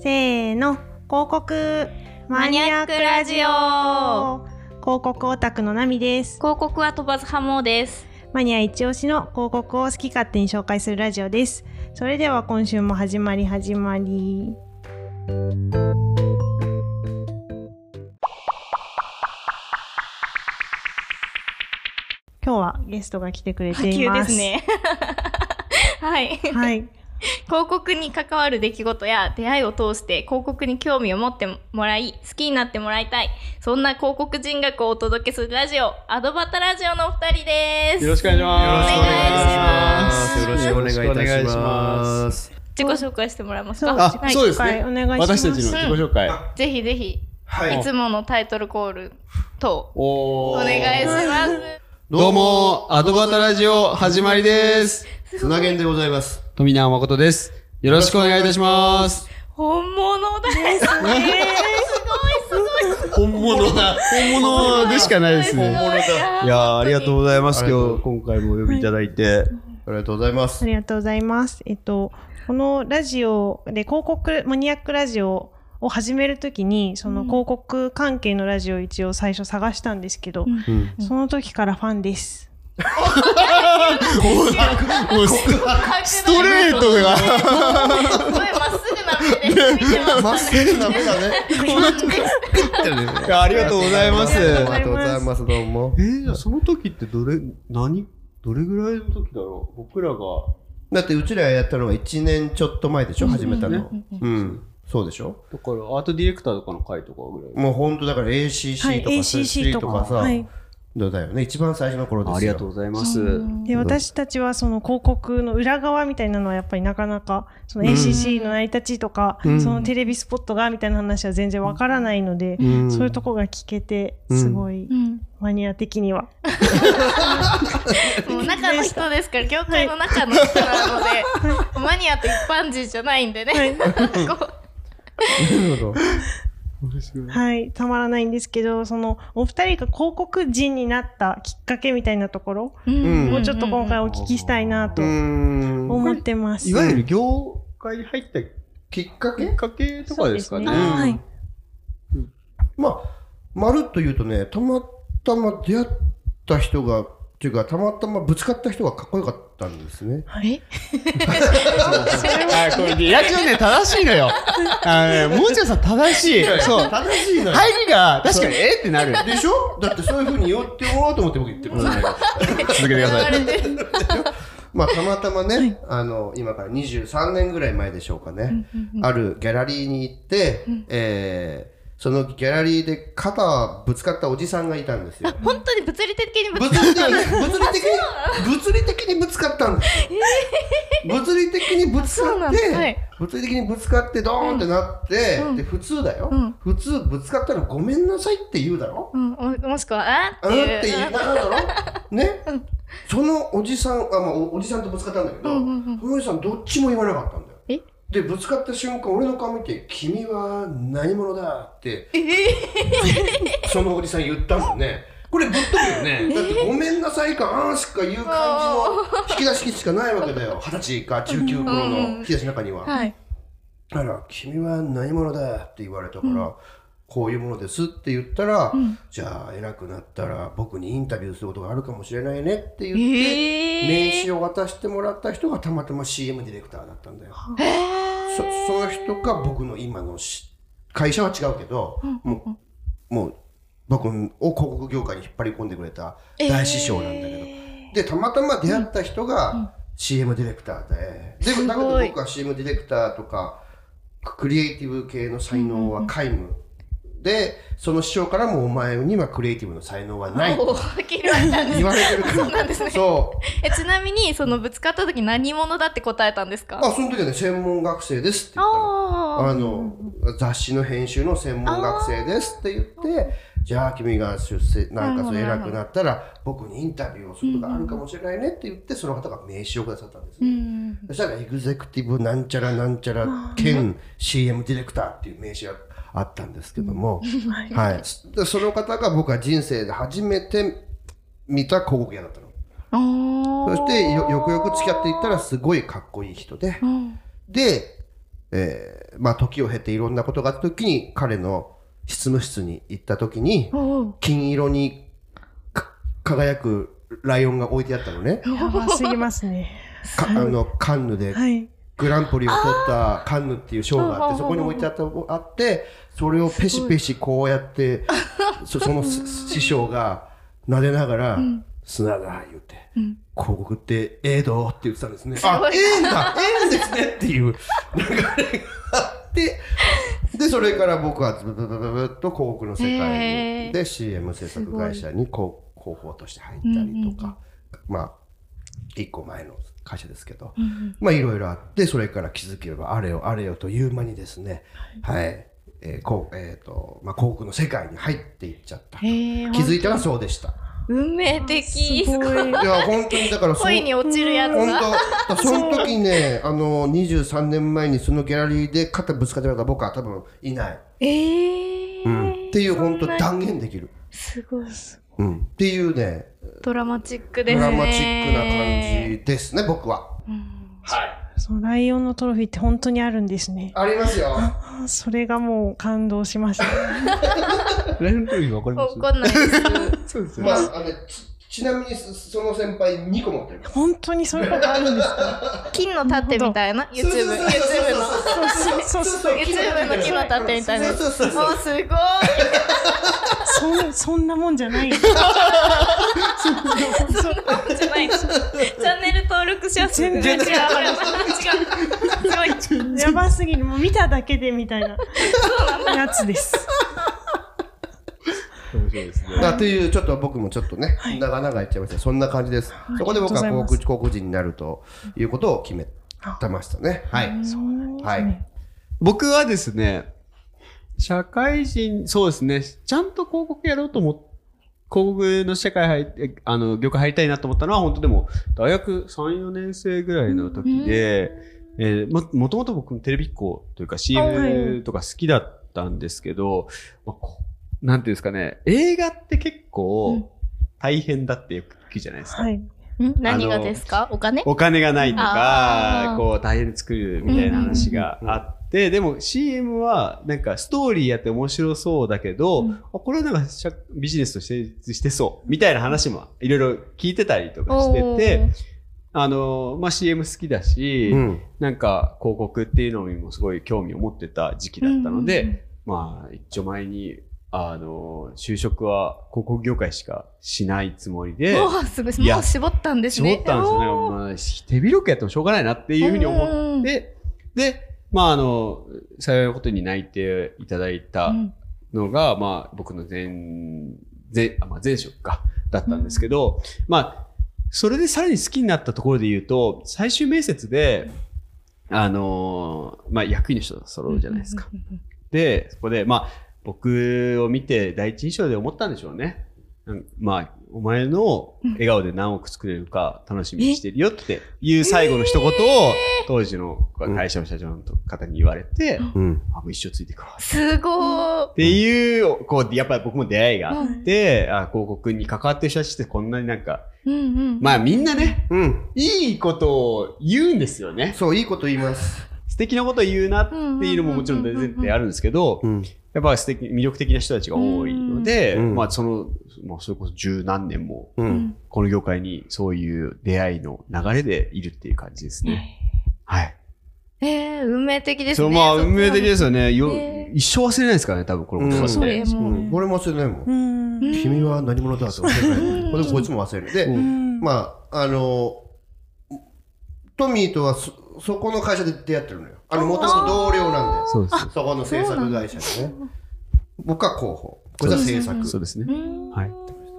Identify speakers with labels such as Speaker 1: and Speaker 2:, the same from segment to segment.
Speaker 1: せーの広告マニアックラジオ広告オタクのナミです
Speaker 2: 広告は飛ばずハモです
Speaker 1: マニア一押しの広告を好き勝手に紹介するラジオですそれでは今週も始まり始まり今日はゲストが来てくれています
Speaker 2: ですね はい、
Speaker 1: はい
Speaker 2: 広告に関わる出来事や出会いを通して広告に興味を持ってもらい好きになってもらいたいそんな広告人学をお届けするラジオアドバタラジオのお二人です
Speaker 3: よろしくお願いします
Speaker 2: お願いします
Speaker 4: よろしくお願いいたし
Speaker 3: よろしくお願いしま
Speaker 4: ます。
Speaker 2: 自己紹介してもらえます
Speaker 1: そう
Speaker 2: か
Speaker 3: あ
Speaker 1: はい
Speaker 3: そうですね
Speaker 1: お願いします
Speaker 3: 私たちの自己紹介、
Speaker 2: ぜひぜひ、、
Speaker 4: はい
Speaker 2: つものタイトルコールと
Speaker 3: お
Speaker 2: お願いします
Speaker 3: どうもアドバタラジオ始まりです
Speaker 4: つなげんでございます。
Speaker 3: 富永誠ですよろしくお願いいたします
Speaker 2: 本物だすごい
Speaker 4: 本物だ。
Speaker 3: 本物でしかないですねいやーありがとうございます
Speaker 4: ありがと
Speaker 3: 今
Speaker 4: う
Speaker 3: 日今回もお呼びいただいて
Speaker 4: ありがとうございま
Speaker 1: あ
Speaker 4: す。
Speaker 1: りがとうございます。えっと、このラジオで広告マニアックラジオを始めるときに、その広告関係のラジオを一応最初探したんですけど、
Speaker 3: うん
Speaker 1: その時からファンです。
Speaker 3: もうスストレートが
Speaker 2: すごいまっすぐな目で見て
Speaker 4: ま
Speaker 2: ま
Speaker 4: っ
Speaker 2: す
Speaker 4: すぐな目だね。
Speaker 3: いやありがとうございます
Speaker 4: ありがとうございます。どうも
Speaker 3: え。ーじゃあその時ってどれ何どれぐらいの時だろう僕らが
Speaker 4: だってうちらやったのが1年ちょっと前でしょ始めたの。うん。そうでしょ
Speaker 3: だからアートディレクターとかの回とかぐらい
Speaker 4: もうほんとだから ACC とか
Speaker 1: ACC と
Speaker 4: C とか
Speaker 1: か。
Speaker 4: さ
Speaker 1: は、い。
Speaker 4: だよね。一番最初の頃ですよ。
Speaker 3: ありがとうございます。
Speaker 1: で、私たちはその広告の裏側みたいなのはやっぱりなかなか、その ACC の成り立ちとか、
Speaker 3: うん
Speaker 1: そのテレビスポットがみたいな話は全然わからないので、
Speaker 3: ん
Speaker 1: そういうとこが聞けて、すごい、
Speaker 2: うん
Speaker 1: マニア的には。
Speaker 2: もう中の人ですから、業界の中の人なので、マニアと一般人じゃないんでね。こう
Speaker 4: なるほど。
Speaker 1: はい、たまらないんですけど、そのお二人が広告人になったきっかけみたいなところ
Speaker 2: うん
Speaker 1: をちょっと今回お聞きしたいなと
Speaker 4: うーん。
Speaker 1: 思ってます。
Speaker 3: いわゆる業界に入ったき
Speaker 4: きっかけ
Speaker 3: っかけとかですかね。
Speaker 1: そうですねあはい
Speaker 4: まあ、まるっと言うとね、たまたま出会った人が、っていうか、たまたまぶつかった人がかっこよかったんですね。
Speaker 3: あ、これリアクションね、正しいのよ。あのね、もうちょいさん正しい。そう。
Speaker 4: 正しいのよ。
Speaker 3: 入りが、確かに、えーってなる。
Speaker 4: でしょだってそういうふうに言ってもらおうと思って僕言ってるからね。
Speaker 3: 続けてください。
Speaker 4: まあ、たまたまね、あの、今から23年ぐらい前でしょうかね。あるギャラリーに行って、えーそのギャラリーで肩ぶつかったおじさんがいたんですよ。
Speaker 2: 本当に物理的にぶ
Speaker 4: 物
Speaker 2: つ
Speaker 4: 理的に、物理的に、物理的にぶつかったんですよ。物理的にぶつ
Speaker 2: そう
Speaker 4: か
Speaker 2: な
Speaker 4: っ
Speaker 2: んだは
Speaker 4: て
Speaker 2: い、
Speaker 4: 物理的にぶつかってドーンってなって、
Speaker 2: うん
Speaker 4: で、普通だよ、
Speaker 2: うん
Speaker 4: 普通ぶつかったらごめんなさいって言うだろ
Speaker 2: うん、おもしくは、あ
Speaker 4: うん
Speaker 2: ー
Speaker 4: っ
Speaker 2: って
Speaker 4: て
Speaker 2: い
Speaker 4: 言う
Speaker 2: う。
Speaker 4: だろね、そのおじさん、あ、まあお、おじさんとぶつかったんだけど、
Speaker 2: うんうんうん
Speaker 4: そのおじさんどっちも言わなかったんだよ。
Speaker 2: え
Speaker 4: で、ぶつかった瞬間、俺の顔見て、君は何者だって、そのおじさん言ったもんね。これぶっ飛ぶよね。だってごめんなさいか、あーしか言う感じの引き出ししかないわけだよ。二十歳か19頃の引き出しの中には。
Speaker 2: はい。
Speaker 4: あら、君は何者だって言われたから、こういうものですって言ったら、じゃあ偉くなったら僕にインタビューすることがあるかもしれないねって言って、名
Speaker 2: え
Speaker 4: 刺を渡してもらった人がたまたま CM ディレクターだったんだよ。そその人が僕の今のし会社は違うけど、もうもう僕を広告業界に引っ張り込んでくれた大師匠なんだけど、でたまたま出会った人が CM ディレクターで、
Speaker 2: すごい
Speaker 4: でだけど僕は CM ディレクターとかクリエイティブ系の才能は皆無、でその師匠からも「お前にはクリエイティブの才能はない」
Speaker 2: お
Speaker 4: と
Speaker 2: お、はっきり言われたんです
Speaker 4: 言われてるか ら
Speaker 2: そうなんですね
Speaker 4: そう
Speaker 2: え、ちなみに、そのぶつかった時何者だって答えたんですか
Speaker 4: あその時はね専門学生ですって言ったの
Speaker 2: あ
Speaker 4: あの雑誌の編集の専門学生ですって言ってじゃあ君が出世なんかそう
Speaker 2: なる
Speaker 4: 偉
Speaker 2: ほど
Speaker 4: くなったら僕にインタビューをすることがあるかもしれないねって言ってその方が名刺をくださったんです、
Speaker 2: うん。
Speaker 4: そしたらエグゼクティブなんちゃらなんちゃら兼 CM ディレクターっていう名刺があったんですけども、はい、でその方が僕は人生で初めて見た広告屋だったの
Speaker 2: あ
Speaker 4: そ
Speaker 2: あ。
Speaker 4: してよよくよく付き合っていったらすごいかっこいい人で、
Speaker 2: うん。
Speaker 4: で、えーまあ時を経ていろんなことがあった時に彼の執務室に行った時に金色にか輝くライオンが置いてあったのね。
Speaker 1: やばすぎますね。
Speaker 4: かあのカンヌで
Speaker 1: はい。
Speaker 4: グランプリを取ったカンヌっていう賞があって、そこに置いてあったあって、それをペシペシこうやって、そそのす師匠が撫でながら、砂だ言うて、広告ってええどうって言ってたんですね。あ、ええんだええんですねっていう流れがあって、で、それから僕はずぶずぶずぶっと広告の世界
Speaker 2: へ
Speaker 4: に、
Speaker 2: ー
Speaker 4: で、CM 制作会社に広広報として入ったりとか、まあ、一個前の会社ですけど、まあいろいろあって、それから気づけばあれよあれよという間にですね、はい、えーこう、えっ、と、まあ広告の世界に入っていっちゃった。
Speaker 1: へえ
Speaker 4: 気づいたらそうでした。
Speaker 2: 運命的
Speaker 1: すごい。
Speaker 4: いや、本当にだからそう、
Speaker 2: 恋に落ちるやつ
Speaker 4: 本
Speaker 2: が
Speaker 4: 当、その時にね、あの、23年前にそのギャラリーで肩ぶつかってもらった僕は多分いない。
Speaker 2: ええ
Speaker 4: うん。っていう、本当断言できる。
Speaker 2: すごい
Speaker 4: うん。っていうね、
Speaker 2: ドラマチックで
Speaker 4: ド
Speaker 2: すね
Speaker 4: ラマチックな感じですね、僕は。
Speaker 1: そのライオンのトロフィーって本当にあるんですね。
Speaker 4: ありますよ。
Speaker 1: あそれがもう感動しました。
Speaker 3: ライオントロフィーわかります
Speaker 2: 怒んないです
Speaker 3: そうですよ
Speaker 4: まあ、あのねちちなみにそその先輩2個持ってる。
Speaker 1: 本当にそういうことあるんですか
Speaker 2: 金の盾みたいな YouTube
Speaker 4: そうそう
Speaker 2: YouTube
Speaker 4: そう
Speaker 2: の
Speaker 1: そうそうそう
Speaker 2: YouTube の金の盾みたいなもう
Speaker 4: そう
Speaker 2: す
Speaker 4: そうそう
Speaker 2: ごい
Speaker 1: そんそんなもんじゃない。
Speaker 2: そんなことじゃないチャンネル登録者数が違う
Speaker 1: 全然
Speaker 2: これは違うすごい
Speaker 1: やばすぎる。もう見ただけでみたいなやつです。
Speaker 3: 面白いですね。
Speaker 4: あという、ちょっと僕もちょっとね、長々言っちゃいました。そんな感じです。そこで僕は
Speaker 1: ありがとう
Speaker 4: 航
Speaker 1: ござい
Speaker 4: 空航空人になるということを決めてましたね。はい。
Speaker 1: そうなんですね。
Speaker 4: はい
Speaker 3: 僕はですね、社会人、そうですね、ちゃんと広告やろうと思って、広告の社会入って、あの、業界入りたいなと思ったのは、本当でも、大学3、4年生ぐらいの時で、えーも、もともと僕もテレビっ子というか
Speaker 1: は
Speaker 3: CM とか好きだったんですけど、まあこうなんていうんですかね、映画って結構大変だってよく聞くじゃないですか。
Speaker 1: はい。
Speaker 2: ん何がですかお金
Speaker 3: お金がないと
Speaker 2: あ
Speaker 3: か
Speaker 2: ー、
Speaker 3: こう大変に作るみたいな話があって、でも CM はなんかストーリーやって面白そうだけど、
Speaker 2: うん
Speaker 3: あこれはなんかしゃビジネスとして成立してそうみたいな話もいろいろ聞いてたりとかしてて、あの、まあ、CM 好きだし、
Speaker 4: うん。
Speaker 3: なんか広告っていうのにもすごい興味を持ってた時期だったので、まあ、一丁前に、あの、就職は広告業界しかしないつもりで、
Speaker 2: おおすごい
Speaker 3: いや
Speaker 2: もう絞ったんですね
Speaker 3: 絞ったんですよね。
Speaker 2: おー
Speaker 3: まあ、手広くやってもしょうがないなっていうふうに
Speaker 2: うんうん
Speaker 3: 思
Speaker 2: う
Speaker 3: っ
Speaker 2: ん
Speaker 3: て、で、まあ、あの、幸いなことに泣いていただいた
Speaker 2: うん
Speaker 3: のが、まあ、僕の前、前、あまあ、前職か、だったんですけど、まあ、それでさらに好きになったところで言うと、最終面接で、あのーまあ、役員の人が揃うじゃないですか。で、そこで、まあ、僕を見て第一印象で思ったんでしょうね。うんまあ、お前の笑顔で何億作れるか楽しみにしてるよっていう最後の一言を当時の会社の社長の方に言われて、
Speaker 4: うん。
Speaker 3: あ、もう一生ついていくわ。っ
Speaker 2: すごー
Speaker 3: ていう、こう、やっぱり僕も出会いがあって、あ広告に関わってる人たちってこんなになんか、
Speaker 2: うんうん
Speaker 3: まあみんなね、
Speaker 4: うん。
Speaker 3: いいことを言うんですよね。
Speaker 4: そう、いいこと言います。
Speaker 3: 素敵なこと言うなっていうのももちろん大前提あるんですけど、
Speaker 4: うん。
Speaker 3: やっぱ素敵、魅力的な人たちが多いので、
Speaker 4: うん
Speaker 3: まあその、まあそれこそ十何年も、
Speaker 4: う。
Speaker 2: うんん
Speaker 3: この業界にそういう出会いの流れでいるっていう感じですね。はい。
Speaker 2: えー、運命的です
Speaker 3: そ
Speaker 2: ね。
Speaker 3: う、まあ運命的ですよね。よ
Speaker 2: へー
Speaker 3: 一生忘れないですからね、多分この言葉
Speaker 2: そう
Speaker 3: って。
Speaker 2: えーもう、
Speaker 4: 俺も忘れないも。
Speaker 1: うんん。
Speaker 2: うん
Speaker 4: 君は何者だと忘れない。これこいつも忘れる。
Speaker 3: う
Speaker 4: で、
Speaker 1: うん
Speaker 4: まあ、あの、トミーとはそ、そこの会社で出会ってるのよ。あの、元々同僚なんだよ。
Speaker 3: そうです。
Speaker 4: そこの制作会社でね。僕は広報。こいつは制作。
Speaker 3: そう
Speaker 4: そ
Speaker 3: ですね。
Speaker 2: うん
Speaker 3: はい。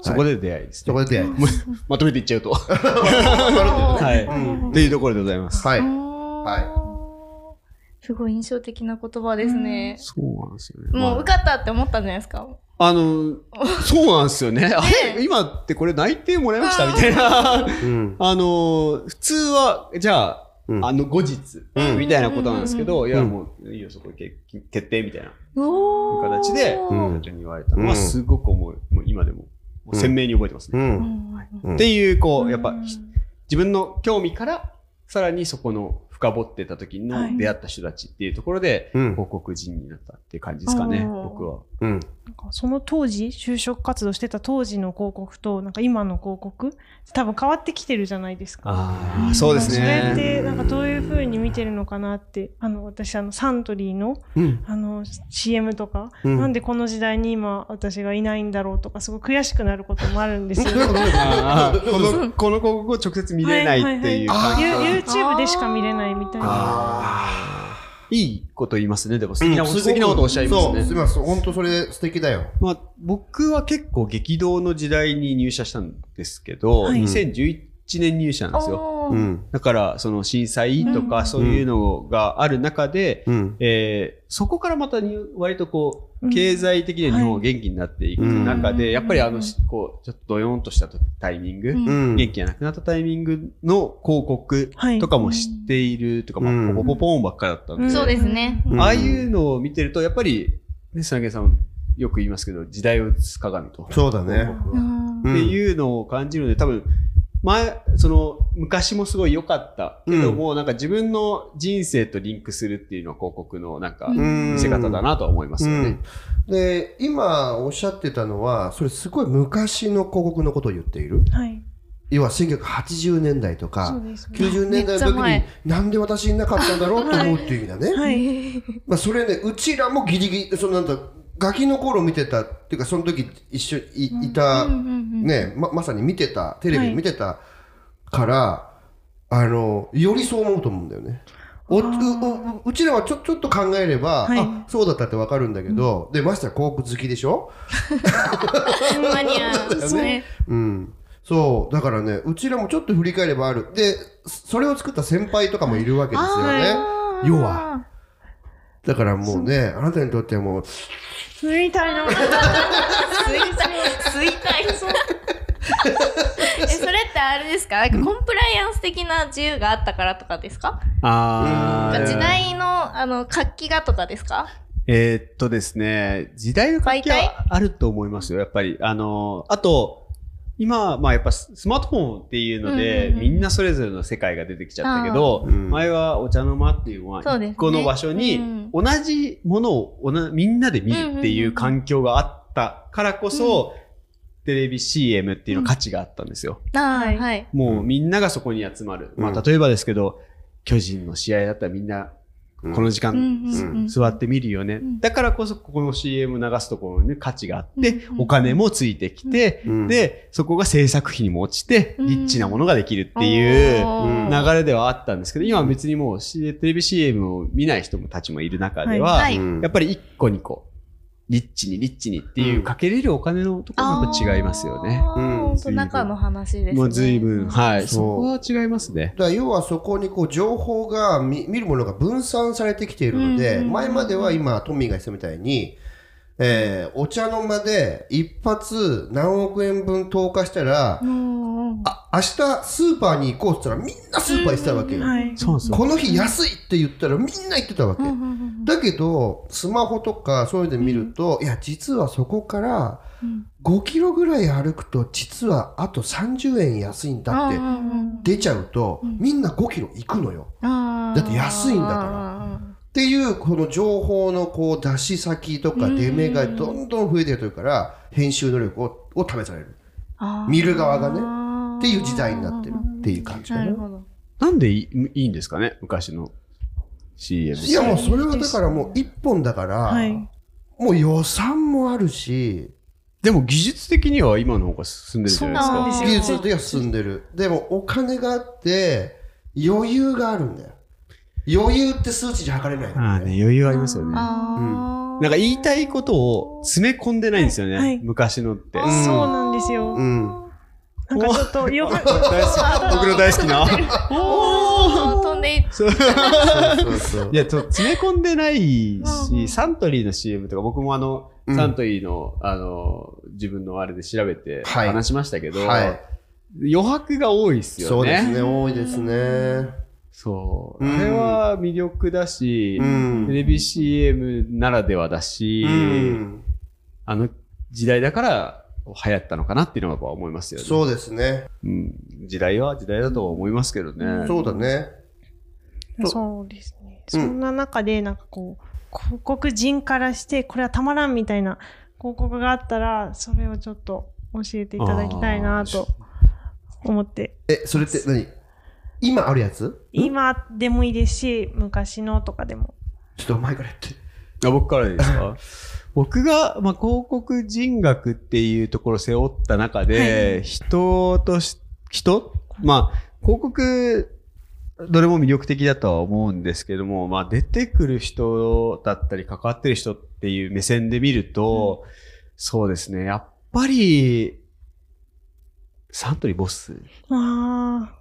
Speaker 3: そこで出会いですね。
Speaker 4: こで出会います。
Speaker 3: まとめていっちゃうと。は。
Speaker 4: はい うん
Speaker 3: というところでございます。
Speaker 4: はい。
Speaker 2: はい。すごい印象的な言葉ですね。
Speaker 3: そうなんですよね。ま
Speaker 2: も
Speaker 3: あ
Speaker 2: う受かったって思ったんじゃないですか。
Speaker 3: あの、そうなんですよね。あ
Speaker 2: ね
Speaker 3: れ今ってこれ内定もらいましたみたいな。
Speaker 4: うん。
Speaker 3: あの、普通は、じゃあ、
Speaker 4: うん
Speaker 3: あの後日、
Speaker 4: うん
Speaker 3: みたいなことなんですけど、いや、
Speaker 4: うん
Speaker 3: もう、いいよ、そこ決決定みたいな
Speaker 2: おー
Speaker 3: 形で、
Speaker 4: う
Speaker 3: 本当に言われたの
Speaker 4: う
Speaker 3: は、
Speaker 4: ん
Speaker 3: すごく思う、もう今でも、もう鮮明に覚えてます
Speaker 4: う。
Speaker 3: ね。
Speaker 2: うんん
Speaker 4: うん
Speaker 3: っていう、こう、やっ
Speaker 1: う
Speaker 3: ぱ、
Speaker 1: ん
Speaker 3: 自分の興味から、さらにそこの深掘ってた時
Speaker 1: は
Speaker 3: の
Speaker 1: い
Speaker 3: 出会った人たちっていうところで、
Speaker 4: うん
Speaker 3: 広告人になったっていう感じですかね、
Speaker 1: おー
Speaker 3: 僕は。
Speaker 4: うん。
Speaker 1: なんかその当時、就職活動してた当時の広告と、なんか今の広告、多分変わってきてるじゃないですか。
Speaker 3: ああ、そうです
Speaker 1: そ
Speaker 3: ね。
Speaker 1: れって、なんかどういうふうに見てるのかなって、あの、私、あの、サントリーの、
Speaker 4: うん。
Speaker 1: あの、CM とか、
Speaker 4: うん
Speaker 1: なんでこの時代に今、私がいないんだろうとか、すごい悔しくなることもあるんですよ
Speaker 4: どう。いうことどういう
Speaker 3: あー
Speaker 4: こと
Speaker 3: こ
Speaker 4: どういうこと
Speaker 3: のこの広告を直接見れないっていう感
Speaker 4: はいはい
Speaker 3: じ
Speaker 4: はいあー
Speaker 1: ゆ YouTube でしか見れないみたいな。
Speaker 4: ああ。
Speaker 3: いいこと言いますね、でも素
Speaker 4: うん
Speaker 3: 敵なこと、素敵なことおっしゃいます
Speaker 4: そう、
Speaker 3: ね
Speaker 4: す。みません。本当それ素敵だよ。
Speaker 3: まあ、僕は結構激動の時代に入社したんですけど、
Speaker 1: はい
Speaker 3: 2011年入社なんですよ。
Speaker 2: おー
Speaker 4: うん。
Speaker 3: だから、その震災と
Speaker 2: うん
Speaker 3: かそういうのがある中で、
Speaker 4: うん。
Speaker 3: えーそこからまたに割とこ
Speaker 1: う
Speaker 3: うん経済的には日本が元気になっていく中で、
Speaker 2: はい
Speaker 3: やっぱりあの、
Speaker 2: うん
Speaker 3: こうちょっとドヨーンとしたタイミング、
Speaker 2: うん
Speaker 4: うん。
Speaker 3: 元気がなくなったタイミングの広告
Speaker 1: はい
Speaker 3: とかも知っているとか、
Speaker 4: う
Speaker 3: まあ、
Speaker 4: ん
Speaker 3: ポポポポーンばっかだったんで、
Speaker 1: うん
Speaker 2: そうですね。
Speaker 4: うん
Speaker 3: ああいうのを見てると、やっぱり、ね、砂毛さんよく言いますけど、時代を映す鏡と。
Speaker 4: そうだね。
Speaker 3: 僕
Speaker 2: う
Speaker 3: は
Speaker 2: ん
Speaker 3: っ
Speaker 4: うん
Speaker 3: ていうのを感じるので、多分、前、その、昔もすごい良かったけども、なんか自分の人生とリンクするっていうのは広告のなんか、
Speaker 2: うん
Speaker 3: 見せ方だなとは思いますよね。
Speaker 4: うんで、今おっしゃってたのは、それすごい昔の広告のことを言っている。
Speaker 1: はい。
Speaker 4: 要は1980年代と
Speaker 1: そう
Speaker 4: か、
Speaker 1: ですね。
Speaker 4: 90年代
Speaker 2: めっ
Speaker 4: の時
Speaker 2: ちゃ前
Speaker 4: に、なんで私いなかったんだろうと思うっていう意味だね。
Speaker 1: はい。
Speaker 4: まあ、それね、うちらもギリギリ、そのなんだ、ガキの頃見てたっていうか、その時一緒いいた、
Speaker 2: うんうん
Speaker 4: ね、ま、まさに見てた、テレビ
Speaker 1: はい
Speaker 4: 見てたから、あの、よりそう思うと思うんだよね。おう
Speaker 1: あー
Speaker 4: ううちらはちょちょっと考えれば、
Speaker 1: はい
Speaker 4: あそうだったってわかるんだけど、でましてや広告好きでしょ、
Speaker 2: マニアですね。
Speaker 4: うん、そうだからねうちらもちょっと振り返ればあるでそれを作った先輩とかもいるわけですよね、
Speaker 2: あー
Speaker 4: 要は。だからもうねあなたにとってはもう
Speaker 1: みたいな。
Speaker 2: 吸い たい、吸いたい。え、それってあれですかなんかコンプライアンス的な自由があったからとかですか
Speaker 3: あ
Speaker 2: なん
Speaker 3: ー
Speaker 2: か時代の、あの、活気がとかですか
Speaker 3: えーっとですね、時代の関係
Speaker 2: 媒
Speaker 3: はあると思いますよ、やっぱり。あの、あと、今、まあやっぱススマートフォンっていうので、
Speaker 2: うんうんうん
Speaker 3: みんなそれぞれの世界が出てきちゃったけど、
Speaker 4: うん
Speaker 3: 前はお茶の間っていうのは、
Speaker 2: そうですね
Speaker 3: 一個の場所に
Speaker 2: うん、
Speaker 3: 同じものをおなみんなで見るっていう環境があったからこそ、テレビ CM っていうの価値があったんですよ。
Speaker 2: は
Speaker 1: はい
Speaker 2: はい。
Speaker 3: もうみんながそこに集まる。ま
Speaker 4: う
Speaker 3: あ
Speaker 4: ん
Speaker 3: 例えばですけど、巨人の試合だったらみんな、この時間、座ってみるよね、
Speaker 2: ん
Speaker 3: だからこそここの CM 流すところにね価値があって、
Speaker 2: うんうん
Speaker 3: お金もついてきて、
Speaker 4: うん
Speaker 3: でそこが制作費にも落ちて、
Speaker 2: うん
Speaker 3: リッチなものができるっていう
Speaker 4: うん
Speaker 3: 流れではあったんですけど今は別にもう C- テレビ CM を見ない人もたちもいる中では、
Speaker 2: はいはい
Speaker 4: うん
Speaker 3: やっぱり一個二個リッチにリッチにっていう、
Speaker 4: うん
Speaker 3: かけれるお金のところもやっぱ違いますよね。
Speaker 2: あー
Speaker 4: うん
Speaker 2: ほんと中の話ですね。
Speaker 3: もう随分、はい
Speaker 4: そう
Speaker 3: そこは違いますね。
Speaker 4: だから要はそこにこう情報が見見るものが分散されてきているので、
Speaker 2: うん
Speaker 4: 前までは今トミーが言ってたみたいに、えーお茶の間で一発何億円分投下したら、
Speaker 2: うん。
Speaker 4: あ明日スーパーに行こうって言ったらみんなスーパー行ってたわけよ、
Speaker 1: うんはい
Speaker 3: そうそう
Speaker 4: この日安いって言ったらみんな行ってたわけ、
Speaker 2: うんうんうん
Speaker 4: だけどスマホとかそういうので見ると、いや実はそこから
Speaker 2: うん
Speaker 4: 5キロぐらい歩くと実はあと30円安いんだって
Speaker 2: うんうんうん
Speaker 4: 出ちゃうと、
Speaker 2: うん
Speaker 4: みんな5キロ行くのよ、
Speaker 2: だ
Speaker 4: だって安いんだからっていうこの情報のこう出し先とか出目がどんどん増えてるというから編集能力をを試される
Speaker 2: ら
Speaker 4: 見る側がね
Speaker 2: ね
Speaker 4: っていう時代になってるっていう感じか
Speaker 2: な
Speaker 4: な
Speaker 2: る。ほど。
Speaker 3: なんでいいいいんですかね昔の CM
Speaker 4: いやもうそれはだからもう一本だから、
Speaker 1: はい。
Speaker 4: もう予算もあるし
Speaker 3: でも技術的には今の方が進んでるじゃないです
Speaker 2: そう
Speaker 3: か
Speaker 2: なん。ですよ
Speaker 4: 技術的には進んでるでもお金があって余裕があるんだよ余裕って数値じゃ測れないから
Speaker 3: ああね、余裕ありますよね。な
Speaker 2: あー
Speaker 3: んか言いたいことを詰め込んでないんですよね、
Speaker 1: はいはい
Speaker 3: 昔のって。
Speaker 4: ん
Speaker 1: そうなんですよ。
Speaker 4: うん
Speaker 1: なんかちょっとよく、
Speaker 3: 大好き僕の大好きな。
Speaker 2: おー飛んでいっ
Speaker 3: そう
Speaker 4: そうそう
Speaker 3: いや、ちょっと詰め込んでない
Speaker 2: うんうん
Speaker 3: し、サントリーの CM とか、僕もあの、
Speaker 4: うん
Speaker 3: サントリーの、あの、自分のあれで調べて
Speaker 4: はい
Speaker 3: 話しましたけど、
Speaker 4: はい
Speaker 3: 余白が多いです
Speaker 4: そ
Speaker 3: よ
Speaker 4: うです
Speaker 3: ね。
Speaker 4: ね多いですね
Speaker 3: そう。
Speaker 4: うん
Speaker 3: あれは魅力だし
Speaker 4: う、ん
Speaker 3: テレビ CM ならではだし
Speaker 4: う、ん
Speaker 3: あの時代だから流行ったのかなっていうのはやっぱ思いますよね。
Speaker 4: そうですね
Speaker 3: うん、時代は時代だとは思いますけどね。
Speaker 4: そうだね。と
Speaker 1: そうですね。
Speaker 4: う
Speaker 1: そ
Speaker 4: ん
Speaker 1: んな中で、なんかこう、広告人からして、これはたまらんみたいな広告があったら、それをちょっと教えていただきたいなと思って、
Speaker 4: え、それって何今あるやつ
Speaker 1: 今でもいいですし、昔のとかでも。
Speaker 4: ちょっと前からやって。
Speaker 3: あ僕からですか 僕が、まあ、広告人学っていうところを背負った中で、人とし、人まあ、広告、どれも魅力的だとは思うんですけども、まあ、出てくる人だったり、関わってる人っていう目線で見ると、そうですね、やっぱり、サントリーボス。
Speaker 1: あ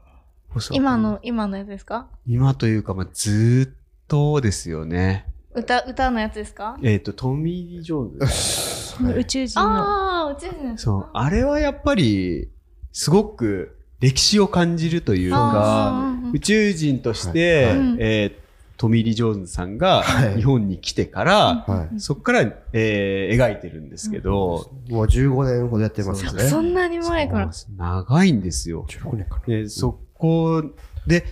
Speaker 3: ボスは
Speaker 2: 今の、今のやつですか
Speaker 3: 今というか、まあ、ずーっとですよね。
Speaker 2: 歌、歌のやつですか
Speaker 3: えっ、と、トミー・ジョーンズ。
Speaker 1: あ、その宇宙人の。
Speaker 2: ああ、宇宙人のやつ
Speaker 3: そう。あれはやっぱり、すごく歴史を感じるというか、
Speaker 2: あーうんうん
Speaker 3: 宇宙人として、
Speaker 4: はい
Speaker 2: はい
Speaker 3: えートミー・リ・ジョーンズさんが
Speaker 4: はい
Speaker 3: 日本に来てから、
Speaker 4: は
Speaker 3: そこから、えー描いてるんですけど、
Speaker 4: い。もう15年ほどやってます
Speaker 3: そう
Speaker 4: ね。
Speaker 3: です
Speaker 2: そんなに前から。
Speaker 3: そう長いんですよ。
Speaker 4: 16年かな。
Speaker 3: で、そこで、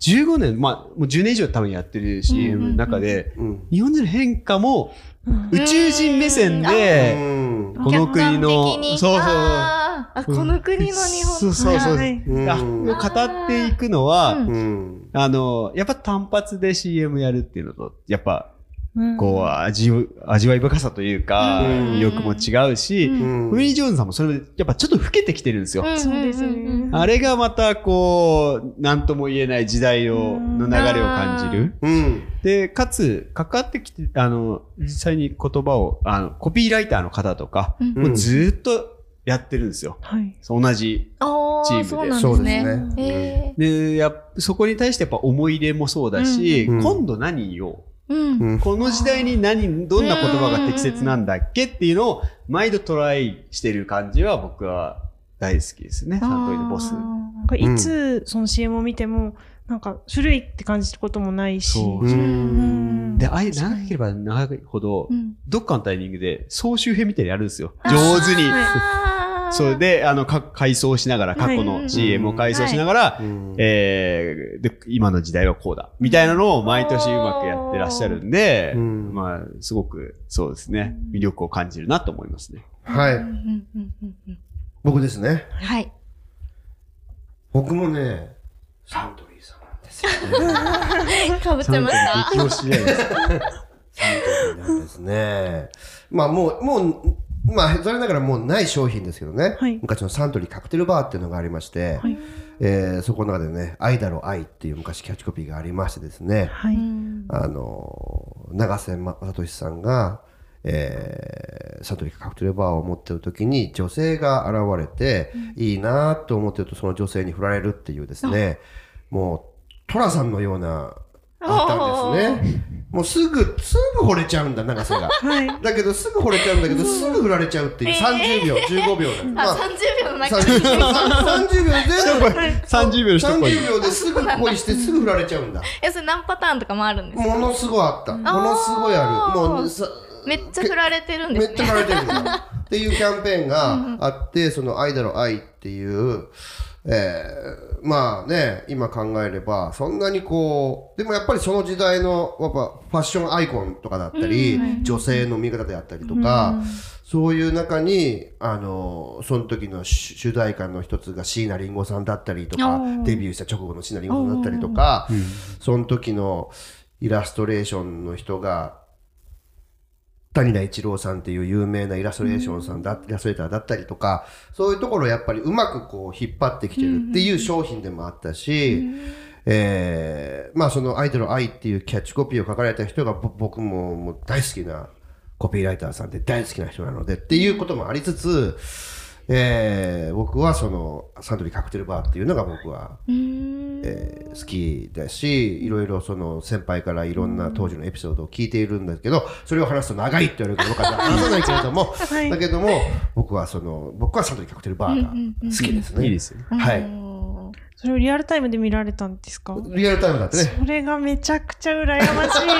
Speaker 3: 15年、まあ、もう10年以上多分やってる CM の中で、
Speaker 4: うん。
Speaker 3: 日本人の変化も
Speaker 1: うん
Speaker 3: 宇宙人目線
Speaker 4: う
Speaker 3: で、
Speaker 4: ん。
Speaker 3: この
Speaker 2: 客
Speaker 3: 国
Speaker 2: 観的
Speaker 3: の、
Speaker 2: に
Speaker 3: そうそう。
Speaker 2: あーあ、この国の日本
Speaker 3: そうそうそう。
Speaker 1: はい
Speaker 4: うん
Speaker 3: あの語っていくのは、
Speaker 2: うん
Speaker 4: うん。
Speaker 3: あの、やっぱ単発で CM やるっていうのと、やっぱ、
Speaker 1: うん
Speaker 3: こう、味を、味わい深さというか、
Speaker 2: うん
Speaker 3: 魅力も違うし、
Speaker 2: うん
Speaker 4: うん
Speaker 3: ウィリー・ジョーンズさんもそれで、やっぱちょっと老けてきてるんですよ。
Speaker 2: ん
Speaker 1: そうですね
Speaker 2: んんん
Speaker 3: あれがまた、こう、なんとも言えない時代を、
Speaker 1: うん
Speaker 3: の流れを感じる。
Speaker 4: うん。
Speaker 3: で、かつ、かかってきて、あの、実際に言葉を、あの、コピーライターの方とか、
Speaker 2: うん
Speaker 3: もうずーっとやってるんですよ。
Speaker 1: はい。
Speaker 3: そう同じ
Speaker 2: あ
Speaker 3: チーム
Speaker 2: ー
Speaker 3: で
Speaker 2: そうなん
Speaker 4: そ
Speaker 2: で
Speaker 4: う
Speaker 2: す
Speaker 4: です
Speaker 2: ね。
Speaker 4: ね。
Speaker 2: え
Speaker 3: でやっそこに対してやっぱ思い入れもそうだし、
Speaker 4: うんうん
Speaker 3: 今度何を、
Speaker 2: ーうん
Speaker 4: うん
Speaker 3: この時代に何どんな言葉が適切なんだっけっていうのを毎度トライしてる感じは僕は大好きですねサントリーのボス
Speaker 2: あ。ー
Speaker 1: なんかいつその CM を見ても、なんか古いって感じることもないし。
Speaker 3: そう
Speaker 4: うん。
Speaker 3: でああいう長ければ長いほど、
Speaker 2: うん
Speaker 3: どっかのタイミングで総集編みたいにやるんですよ上手に。
Speaker 2: あ ー
Speaker 3: それであのか回想しながら過去
Speaker 2: はい
Speaker 3: の CM を回想しながら、
Speaker 4: うん
Speaker 3: えーで、今の時代はこうだ。みたいなのを毎年うまくやってらっしゃるんで、
Speaker 4: うん
Speaker 3: まあ、すごく、そうですね、魅力を感じるなと思いますね。
Speaker 4: は
Speaker 2: うん
Speaker 4: い。
Speaker 2: うんうんうんうん
Speaker 4: 僕ですね。
Speaker 2: はい。
Speaker 4: 僕もね、サントリーさんなんですよ。
Speaker 2: かぶっちゃいました。
Speaker 3: 激推しじゃないですか。
Speaker 4: サントリーなんですね。まあもう、もう、まあ、残念ながらもうない商品ですけどね、
Speaker 1: はい
Speaker 4: 昔のサントリーカクテルバーっていうのがありまして、
Speaker 1: はい
Speaker 4: えーそこの中でね「愛だろ愛」っていう昔キャッチコピーがありましてですね、
Speaker 1: はい。
Speaker 2: うん
Speaker 4: あの永瀬聡さんが、えーサントリーカクテルバーを持ってる時に女性が現れて、いいなと思ってるとその女性に振られるっていうですねもう寅さんのようなあったんですねもうすぐすぐ惚れちゃうんだ永瀬が
Speaker 1: はい。
Speaker 4: だけどすぐ惚れちゃうんだけどすぐ振られちゃうっていう30秒15秒だ、ま
Speaker 2: あ、
Speaker 4: あ
Speaker 2: 30秒の中に。
Speaker 4: 30秒30秒全部
Speaker 3: 30秒の人っぽい。
Speaker 4: 30秒ですぐ恋してすぐ振られちゃうんだ
Speaker 2: え、それ何パターンとかもあるんですか
Speaker 4: ものすごいあったものすごいあるもうさ
Speaker 2: めっちゃ振られてるんで
Speaker 4: め
Speaker 2: す
Speaker 4: っ
Speaker 2: ね。
Speaker 4: ちゃ振られてるんだよ っていうキャンペーンがあってその「愛だろ愛」っていうえーまあね今考えればそんなにこうでもやっぱりその時代のやっぱファッションアイコンとかだったり女性の見方であったりとかそういう中にあのその時の主主題歌の一つが椎名林檎さんだったりとかデビューした直後の椎名林檎さんだったりとかその時のイラストレーションの人が谷田一郎さんっていう有名なイラストレーションさんだ、イラストレーターだったりとか、そういうところをやっぱりうまくこう引っ張ってきてるっていう商品でもあったし、えーまあそのアイドル愛っていうキャッチコピーを書かれた人がぼ僕ももう大好きなコピーライターさんで大好きな人なのでっていうこともありつつ、えー僕はそのサントリーカクテルバーっていうのが僕はえー好きだしいろいろその先輩からいろんな当時のエピソードを聞いているんだけどそれを話すと長いって言われるから僕は話さないけれども、
Speaker 1: はい
Speaker 4: だけども僕はその僕はサントリーカクテルバーが好きですね。
Speaker 3: いいですよね。
Speaker 4: はい
Speaker 1: それをリアルタイムで見られたんですか
Speaker 4: リアルタイムだってね。
Speaker 1: それがめちゃくちゃ羨ましいんです よ。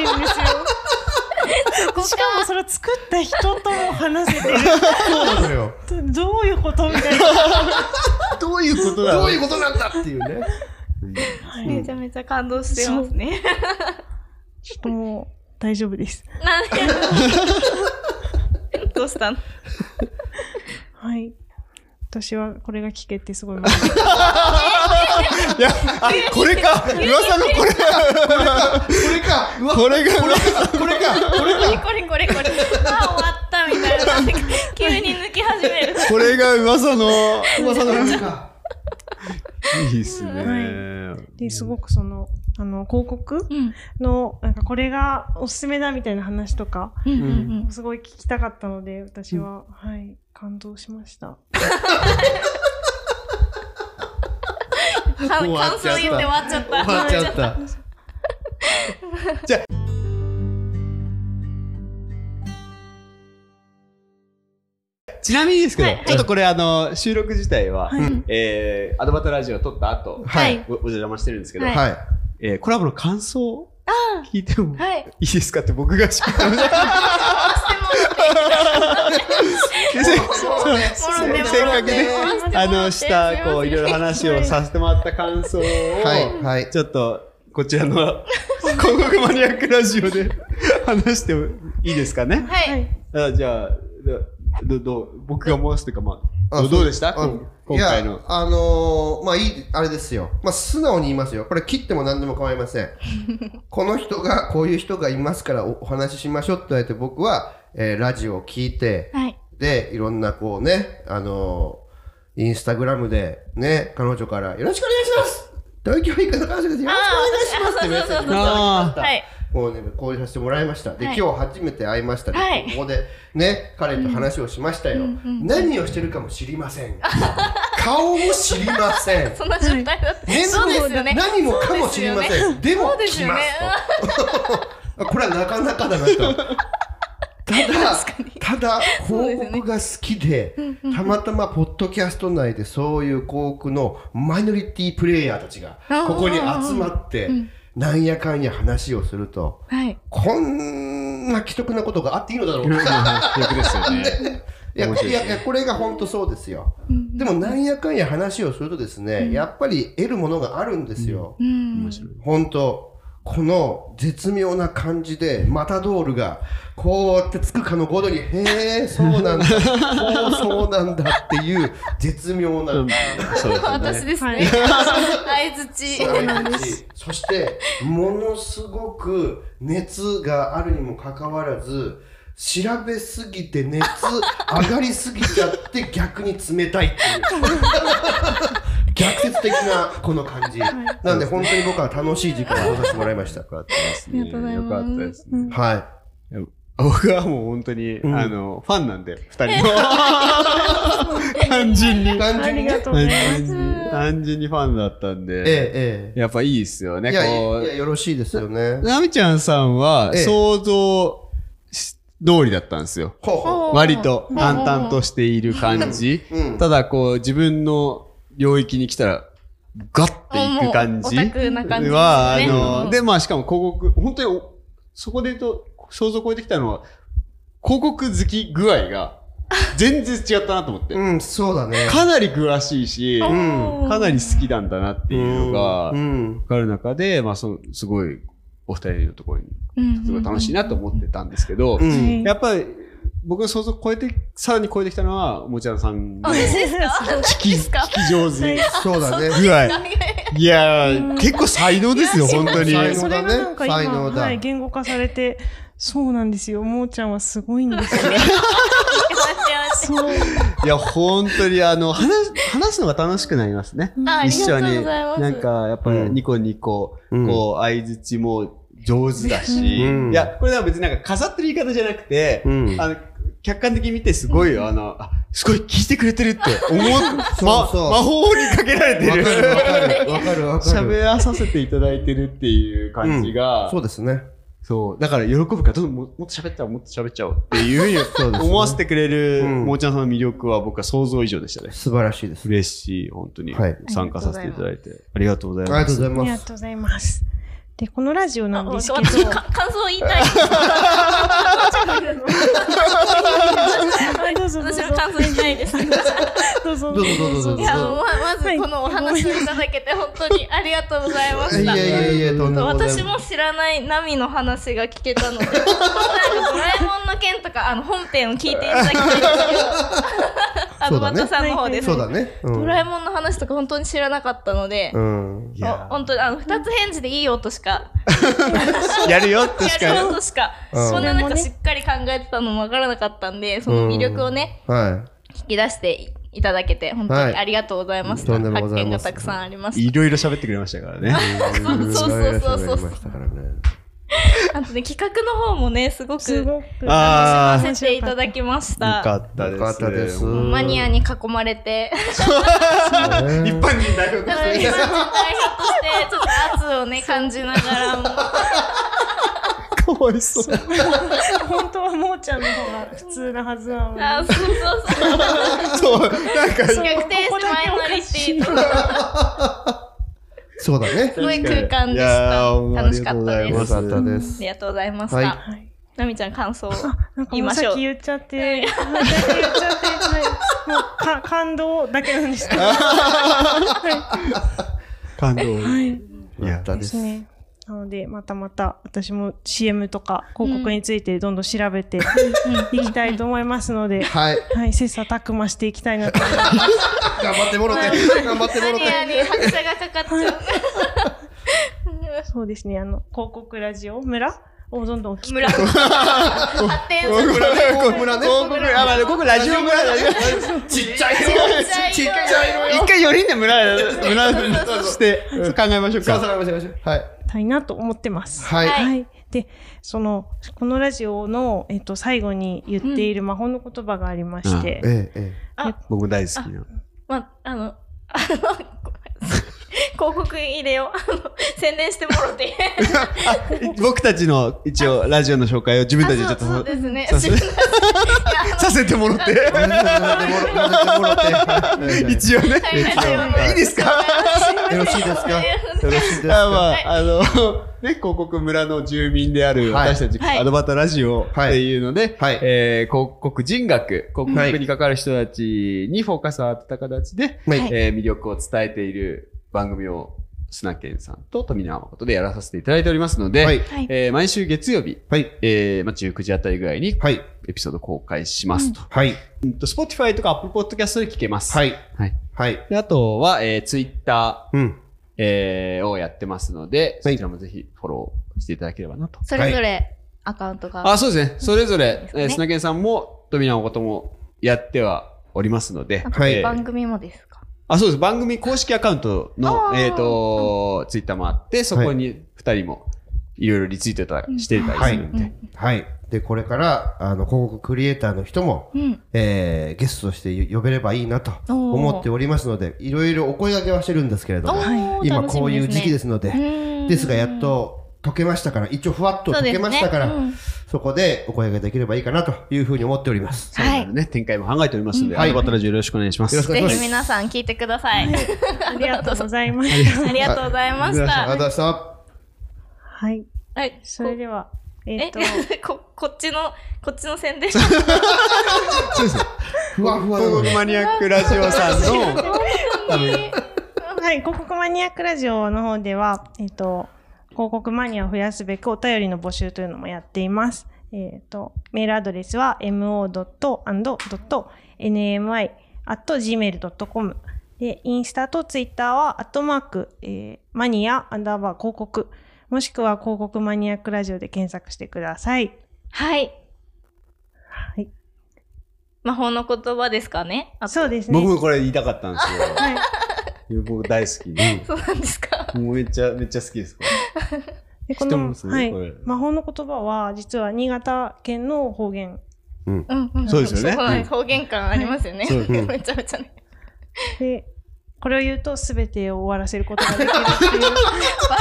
Speaker 1: しかもそれを作った人とも話せて
Speaker 4: そうなのよ。
Speaker 1: るどういうことみたいな。
Speaker 4: どういうことだ。どういうことなんだっていうね。
Speaker 1: はい
Speaker 4: うん
Speaker 2: めちゃめちゃ感動してますね。
Speaker 1: ちょっともう大丈夫です。
Speaker 2: なんで どうしたの
Speaker 1: はい。私はこれが聞けてすごい嬉しい。
Speaker 5: いや、あ、これか噂のこれ
Speaker 4: れかうわ
Speaker 5: これが、
Speaker 4: これかこれ
Speaker 2: これこれこれこれ。あ、終わったみたいな 感じ。急に抜き始める。
Speaker 5: これが噂の、 噂 の。
Speaker 4: かか
Speaker 5: いいっすね。
Speaker 1: で、すごくその、あの、広告
Speaker 2: うん。
Speaker 1: の、なんかこれがおすすめだみたいな話とか、
Speaker 2: うんうんうん。
Speaker 1: すごい聞きたかったので、私は、はい、感動しました。
Speaker 2: か感想言って終わっちゃった。
Speaker 5: 終わっちゃった。
Speaker 3: ちなみにですけど、
Speaker 2: はいはい
Speaker 3: ちょっとこれあの、収録自体は、
Speaker 2: い
Speaker 3: えー、アドバタラジオ撮った後、
Speaker 2: は
Speaker 5: はいい。
Speaker 3: おお邪魔してるんですけど、
Speaker 2: はい
Speaker 5: はい。
Speaker 3: えーコラボの感想聞いてもい
Speaker 2: はい。
Speaker 3: いですかって僕がし
Speaker 2: もろてもろて
Speaker 5: せっかくね
Speaker 3: あの、した、こう、いろいろ話をさせてもらった感想を、
Speaker 5: はい。はい。
Speaker 3: ちょっと、こちらの 広告マニアックラジオで 話してもいいですかね。
Speaker 2: はい。
Speaker 3: あじゃあ、ど、どどう、僕が回すというか、まあ、
Speaker 4: あ
Speaker 3: どうどうでした
Speaker 4: あ
Speaker 3: こう今回
Speaker 4: い
Speaker 3: の
Speaker 4: や。あのーまあいいあれですよまあ素直に言いますよこれ切っても何でも構いま せんこの人がこういう人がいますからおお話ししましょうって言われて僕は、えーラジオを聞いて
Speaker 2: はい。
Speaker 4: でいろんなこうねあのーインスタグラムでね彼女から「よろしくお願いします!」東京行くの彼女ですよろしくお願いしますってメッセージをいただきました。
Speaker 2: はい。
Speaker 4: もうね、交流させてもらいました。で、
Speaker 2: はい
Speaker 4: 今日初めて会いましたね。
Speaker 2: はい
Speaker 4: ここでね、彼と話をしましたよ。
Speaker 2: うんうんうん
Speaker 4: 何をしてるかも知りません。顔も知りませ ん。
Speaker 2: そんな状態だった。
Speaker 4: 年
Speaker 2: そう
Speaker 4: 齢
Speaker 2: で
Speaker 4: も
Speaker 2: すよね。
Speaker 4: 何もかも知りません。で
Speaker 2: そ
Speaker 4: も
Speaker 2: うで
Speaker 4: 来
Speaker 2: すよ
Speaker 4: ま
Speaker 2: ね。
Speaker 4: すと。こ れはなかなかだなと。ただ、ただ、
Speaker 2: そうで
Speaker 4: 広
Speaker 2: すよね
Speaker 4: 告が好きで、たまたまポッドキャスト内でそういう広告のマイノリティプレイヤーたちが、ここに集まって
Speaker 2: ん、
Speaker 4: なんやかんや話をすると、
Speaker 2: はい。
Speaker 4: こんな奇特なことがあっていいのだろうか。
Speaker 3: 逆ですよ ね。
Speaker 4: いや、
Speaker 3: 面白い
Speaker 4: いやいやこれが本当そうですよ。
Speaker 2: うん
Speaker 4: でも、なんやかんや話をするとですね、やっぱり得るものがあるんですよ。
Speaker 2: うん。
Speaker 4: 本当この絶妙な感じで、マタドールが、こうやってつくかのごとに、へえ、そ うなんだ、こうそうなんだっていう、絶妙な。
Speaker 3: そうですよね。
Speaker 2: 私です
Speaker 1: は
Speaker 2: ね
Speaker 1: い。
Speaker 2: 相槌。
Speaker 4: そして、ものすごく熱があるにもかかわらず、調べすぎて熱上がりすぎちゃって逆に冷たいっていう。逆説的なこの感じ。なんで本当に僕は楽しい時間をさせてもらいました。は
Speaker 2: ありがとうございます
Speaker 3: よかったですね。
Speaker 1: うん
Speaker 4: い。
Speaker 3: 僕はもう本当に、
Speaker 4: ん
Speaker 3: あの、ファンなんで、二 人の。単純に。
Speaker 4: 単
Speaker 1: あ
Speaker 4: 純
Speaker 1: り
Speaker 4: に
Speaker 1: が
Speaker 4: ね。
Speaker 1: とうござ
Speaker 3: 単
Speaker 1: います。
Speaker 3: 純に、単純にファンだったん
Speaker 4: ええ
Speaker 3: で、、
Speaker 4: ええ。
Speaker 3: やっぱいいですよね、
Speaker 4: いや、
Speaker 3: こ
Speaker 4: いや
Speaker 3: う。
Speaker 4: よろしいですよね。
Speaker 3: なみちゃんさんは、
Speaker 4: ええ
Speaker 3: 想像し通りだったんですよ。
Speaker 4: ほうほ
Speaker 3: 割と
Speaker 2: うん
Speaker 3: 淡々としている感じ。
Speaker 4: う。うん。
Speaker 3: ただこう、自分の領域に来たら、ガッていく感じ
Speaker 2: オタクな感じ
Speaker 3: は、
Speaker 2: ですね
Speaker 3: あの、で、まあしかも広告、本当にお、そこで言うと、想像を超えてきたのは、広告好き具合が、全然違ったなと思って。
Speaker 4: うん、そうだね。
Speaker 3: かなり詳しいし、
Speaker 2: う
Speaker 3: か
Speaker 2: ん
Speaker 3: なり好きなんだなっていうのが、
Speaker 4: う
Speaker 3: わ
Speaker 4: ん。
Speaker 3: かる中で、まあそ、すごい、お二人のところに、
Speaker 2: うん
Speaker 3: すごい楽しいなと思ってたんですけど
Speaker 4: う、
Speaker 1: は
Speaker 4: ん。
Speaker 1: い
Speaker 3: やっぱり、僕の想像を超えて、さらに超えてきたのは、おもちゃんさんの
Speaker 2: あ嬉しいですか
Speaker 3: 聞き、聞き上手
Speaker 4: そう だね。
Speaker 3: 具合。いやー、結構才能ですよ、本当に。
Speaker 4: 才能
Speaker 1: それがなんか今、
Speaker 4: 才能だ
Speaker 1: はい、言語化されて、そうなんですよ。もーちゃんはすごいんですよ。そう。
Speaker 3: いや、本当に、あの、話、話すのが楽しくなりますね。
Speaker 2: あ
Speaker 3: 一緒
Speaker 2: あり
Speaker 3: に。
Speaker 2: がとうございます
Speaker 3: なんか、やっぱり、ニコニコ、
Speaker 4: うん
Speaker 3: こう、相づちも上手だし、
Speaker 4: うん
Speaker 3: いや、これは別になんか飾ってる言い方じゃなくて、
Speaker 4: うん
Speaker 3: あの、客観的に見てすごい、あの、あ、すごい聞いてくれてるって思う、ま
Speaker 4: そう
Speaker 3: 魔法にかけられて
Speaker 4: わ
Speaker 3: る
Speaker 4: か。るわかるわかるわかる。
Speaker 3: 喋らさせていただいてるっていう感じが、
Speaker 4: そうですね。
Speaker 3: そう。だから喜ぶから、どんどんももっと喋っちゃおう、もっと喋っちゃおうっていうふうに思わせてくれる、
Speaker 4: うん
Speaker 3: もーちゃんさんの魅力は僕は想像以上でしたね。
Speaker 4: 素晴らしいです。
Speaker 3: 嬉しい、本当に
Speaker 4: はい。
Speaker 3: 参加させていただいて。ありがとうござい
Speaker 4: ありが
Speaker 3: ま
Speaker 4: とう
Speaker 3: す。
Speaker 4: ござい
Speaker 1: あり
Speaker 4: ま
Speaker 1: が
Speaker 4: す。
Speaker 1: とうございます。で、このラジオなんですけど、
Speaker 2: 私か感想言い たい。
Speaker 1: どうぞどう
Speaker 2: 私
Speaker 1: ぞ
Speaker 2: は感想言いたいです。
Speaker 1: どうぞ
Speaker 6: どうぞどうぞどうぞ
Speaker 2: いや、ままずこのお話をいただけて本当にありがとうございま
Speaker 4: い
Speaker 2: した
Speaker 4: や。いやいや、どんなこと
Speaker 2: 私も知らないナミの話が聞けたので、なんかドラえもんの件とかあの本編を聞いていただきたいん ですけど、アドバントさんの方です、
Speaker 4: そうだね。うん
Speaker 2: ドラえもんの話とか本当に知らなかったので、
Speaker 4: うん。
Speaker 6: い
Speaker 2: あ
Speaker 6: や
Speaker 2: 本当にあの二つ返事でいい音しか、
Speaker 3: やるよってし
Speaker 2: やる
Speaker 3: か
Speaker 2: 音しか、
Speaker 4: うん
Speaker 2: そんななんかしっかり考えてたのもわからなかったんで、その魅力をね、
Speaker 4: は
Speaker 2: 引き出していただけて本当にありがとうございました、
Speaker 4: はいとんでも
Speaker 2: 発
Speaker 4: ござい
Speaker 2: 見
Speaker 4: ま
Speaker 2: が
Speaker 4: せん
Speaker 2: たくさんありまし
Speaker 6: いろいろ喋ってくれましたからね。
Speaker 4: い。
Speaker 2: そうそうそうそう
Speaker 4: いろいろ喋りましたからね
Speaker 2: たあとね企画の方もねすご
Speaker 1: す
Speaker 2: く
Speaker 1: ごく。
Speaker 3: あ
Speaker 2: させていただきまし
Speaker 3: あよ
Speaker 2: た
Speaker 3: かったです
Speaker 4: よかったです。
Speaker 2: マニアに囲まれて
Speaker 4: ね
Speaker 3: 一般人代
Speaker 2: で
Speaker 3: 表
Speaker 2: も 今ちょっと代表としてちょっと圧をね感じながらも
Speaker 3: かわいそう
Speaker 1: 本当はもーちゃんの方が普通なはずなのに。
Speaker 2: あそうそうそう
Speaker 3: そうなんか
Speaker 2: 逆転して前乗りっていう
Speaker 4: そうだね
Speaker 2: す。ごい空間でし
Speaker 3: いや
Speaker 2: た
Speaker 3: ー
Speaker 2: 楽しかったです
Speaker 3: ありがとうございます
Speaker 4: よかったで
Speaker 2: あ
Speaker 4: す
Speaker 2: り。がとうございました、
Speaker 4: はい
Speaker 1: はい。
Speaker 2: なみちゃん感想を
Speaker 1: なんか
Speaker 2: 言い
Speaker 1: もう
Speaker 2: ましょう
Speaker 1: 先言っちゃっ
Speaker 2: うん
Speaker 1: て、先言っちゃって、はいもうか感動だけなんですけど。
Speaker 3: 感動
Speaker 1: はい。
Speaker 3: い
Speaker 4: よかったで
Speaker 1: ですす。ね。なので、またまた私も CM とか広告についてどんどん調べていきたいと思いますので、
Speaker 4: はい。
Speaker 1: はい、切磋琢磨していきたいなと思います。
Speaker 4: 頑張ってもろて。頑張ってもろて。
Speaker 2: 何々拍車がかかっちゃう
Speaker 1: そうですね、あの、広告ラジオ村をどんどん聞く。
Speaker 2: 村発展する
Speaker 4: 広告村ね。
Speaker 3: 広告あまあ僕ラジオ村だね
Speaker 4: ちっちゃい
Speaker 2: ちっちゃいの
Speaker 3: 一回寄りんで村村として考えましょう
Speaker 4: そうそう
Speaker 3: か
Speaker 4: 頑張りましょうはい。
Speaker 1: たいなと思ってます。
Speaker 4: はい。
Speaker 2: はい
Speaker 1: で、その、このラジオの、えっと、最後に言っている魔法の言葉がありまして、
Speaker 4: ええ、え
Speaker 3: 僕も大好きな
Speaker 2: まあ、あの、あの、ごめん広告入れよう。あの、宣伝してもろて。
Speaker 3: 僕たちの一応ラジオの紹介を自分たちでちょ
Speaker 2: あ
Speaker 3: っと
Speaker 2: そうそうですね。
Speaker 3: させて
Speaker 2: 知らないいや
Speaker 3: させてもらって
Speaker 4: え。頑張ってもろて。
Speaker 3: 一応ね
Speaker 2: はいはい
Speaker 3: いいですか
Speaker 4: よろしいですかよろしいです
Speaker 3: いや
Speaker 4: か
Speaker 3: まあ、あの、ね、広告村の住民である
Speaker 4: はい
Speaker 3: 私たち、
Speaker 2: はい
Speaker 3: アドバタラジオっていうので、
Speaker 4: はい
Speaker 3: えー広告人学、広告に関わる人たちにフォーカスを当てた形で、
Speaker 4: はい
Speaker 3: えー魅力を伝えている番組をスナケンさんと富永誠でやらさせていただいておりますので、
Speaker 4: はい。
Speaker 2: はい。
Speaker 3: えー毎週月曜日、
Speaker 4: はい。
Speaker 3: えーまあ、19時あたりぐらいに
Speaker 4: はい。
Speaker 3: エピソード公開しますと。
Speaker 4: はい。
Speaker 3: うんと Spotify とか Apple Podcast で聞けます。
Speaker 4: はい。
Speaker 3: はい
Speaker 4: はい。
Speaker 3: であとは、えー、Twitter、
Speaker 4: うん。
Speaker 3: えーをやってますので、
Speaker 4: は
Speaker 3: そ
Speaker 4: い
Speaker 3: ちらもぜひフォローしていただければなと。
Speaker 2: それぞれアカウントが。
Speaker 3: あ、そうですね。それぞれ、
Speaker 2: ですね
Speaker 3: えー、砂犬さんも、富永こともやってはおりますので
Speaker 2: あ、と
Speaker 4: はい
Speaker 2: 番組もですか。
Speaker 3: あ、そうです。番組公式アカウント
Speaker 2: あ
Speaker 3: の、
Speaker 2: ー
Speaker 3: えっ、と、ツイッターもあって、そこに二人もいろいろリツイートたしてたりするんで、
Speaker 2: はい
Speaker 4: はい。で、これから、あの、広告クリエイターの人も、
Speaker 2: うん。
Speaker 4: えー、ゲストとして呼べればいいなと
Speaker 2: おー
Speaker 4: 思っておりますので、いろいろお声掛けはしてるんですけれども、
Speaker 2: おー
Speaker 4: 今こういう時期ですの
Speaker 2: 楽しみ
Speaker 4: で、
Speaker 2: ねうん
Speaker 4: ですがやっと解けましたから、一応ふわっと解けましたから、
Speaker 2: そ
Speaker 4: そ,、
Speaker 2: うですね
Speaker 4: こでお声掛けできればいいかなというふうに思っております。
Speaker 3: そうなるね、展開も考えておりますので、
Speaker 4: はい
Speaker 3: アルバトラジオよろしくお願いします。
Speaker 4: よろしくお願い
Speaker 2: ぜ
Speaker 4: し
Speaker 2: ひ
Speaker 4: ます
Speaker 2: 皆さん聞いてください。
Speaker 1: ありがとうございました。
Speaker 2: ありがとうございまし
Speaker 4: ありが
Speaker 2: た。
Speaker 4: とうございました。
Speaker 1: はい。
Speaker 2: はい。
Speaker 1: それでは、えっ、
Speaker 2: え
Speaker 1: と、
Speaker 2: こ、こっちの、こっちの宣伝。
Speaker 4: ふわふわなの
Speaker 3: 東
Speaker 4: ね
Speaker 3: 北マニアックラジオさんの、
Speaker 1: はい、広告マニアックラジオの方では、えっ、と、広告マニアを増やすべくお便りの募集というのもやっています。えっ、と、メールアドレスは mo.and.nmi.gmail.com で、インスタとツイッターは、アットマーク、えーマニア、アンダーバー広告、もしくは広告マニアックラジオで検索してください。
Speaker 2: はい。
Speaker 1: はい。
Speaker 2: 魔法の言葉ですかね。あと
Speaker 1: そうですね。
Speaker 3: 僕もこれ言いたかったんです
Speaker 1: はい
Speaker 3: よ。 僕大好きで。
Speaker 2: そうなんですか。
Speaker 3: もうめっちゃ、めっちゃ好きです。これ
Speaker 1: でこ
Speaker 3: 知って
Speaker 1: の、
Speaker 3: ます
Speaker 1: はい
Speaker 3: これ、
Speaker 1: 魔法の言葉は実は新潟県の方言
Speaker 2: うんうん。
Speaker 3: そうですよね
Speaker 2: そうなんです方言感ありますよね。
Speaker 3: そううん
Speaker 2: めちゃめちゃね。
Speaker 1: でこれを言うと全てを終わらせることができるっていう
Speaker 2: バ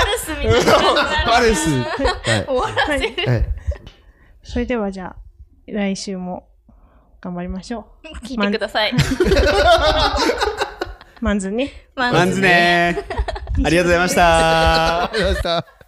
Speaker 2: ルスみたいな。
Speaker 3: バルス。
Speaker 4: はい
Speaker 2: 終わらせる。
Speaker 4: はい
Speaker 1: それではじゃあ来週も頑張りましょ
Speaker 2: 聞いてください。
Speaker 1: うマンズね
Speaker 2: マ
Speaker 3: マンズ。ねありがとうございました。
Speaker 4: ありがとうございました。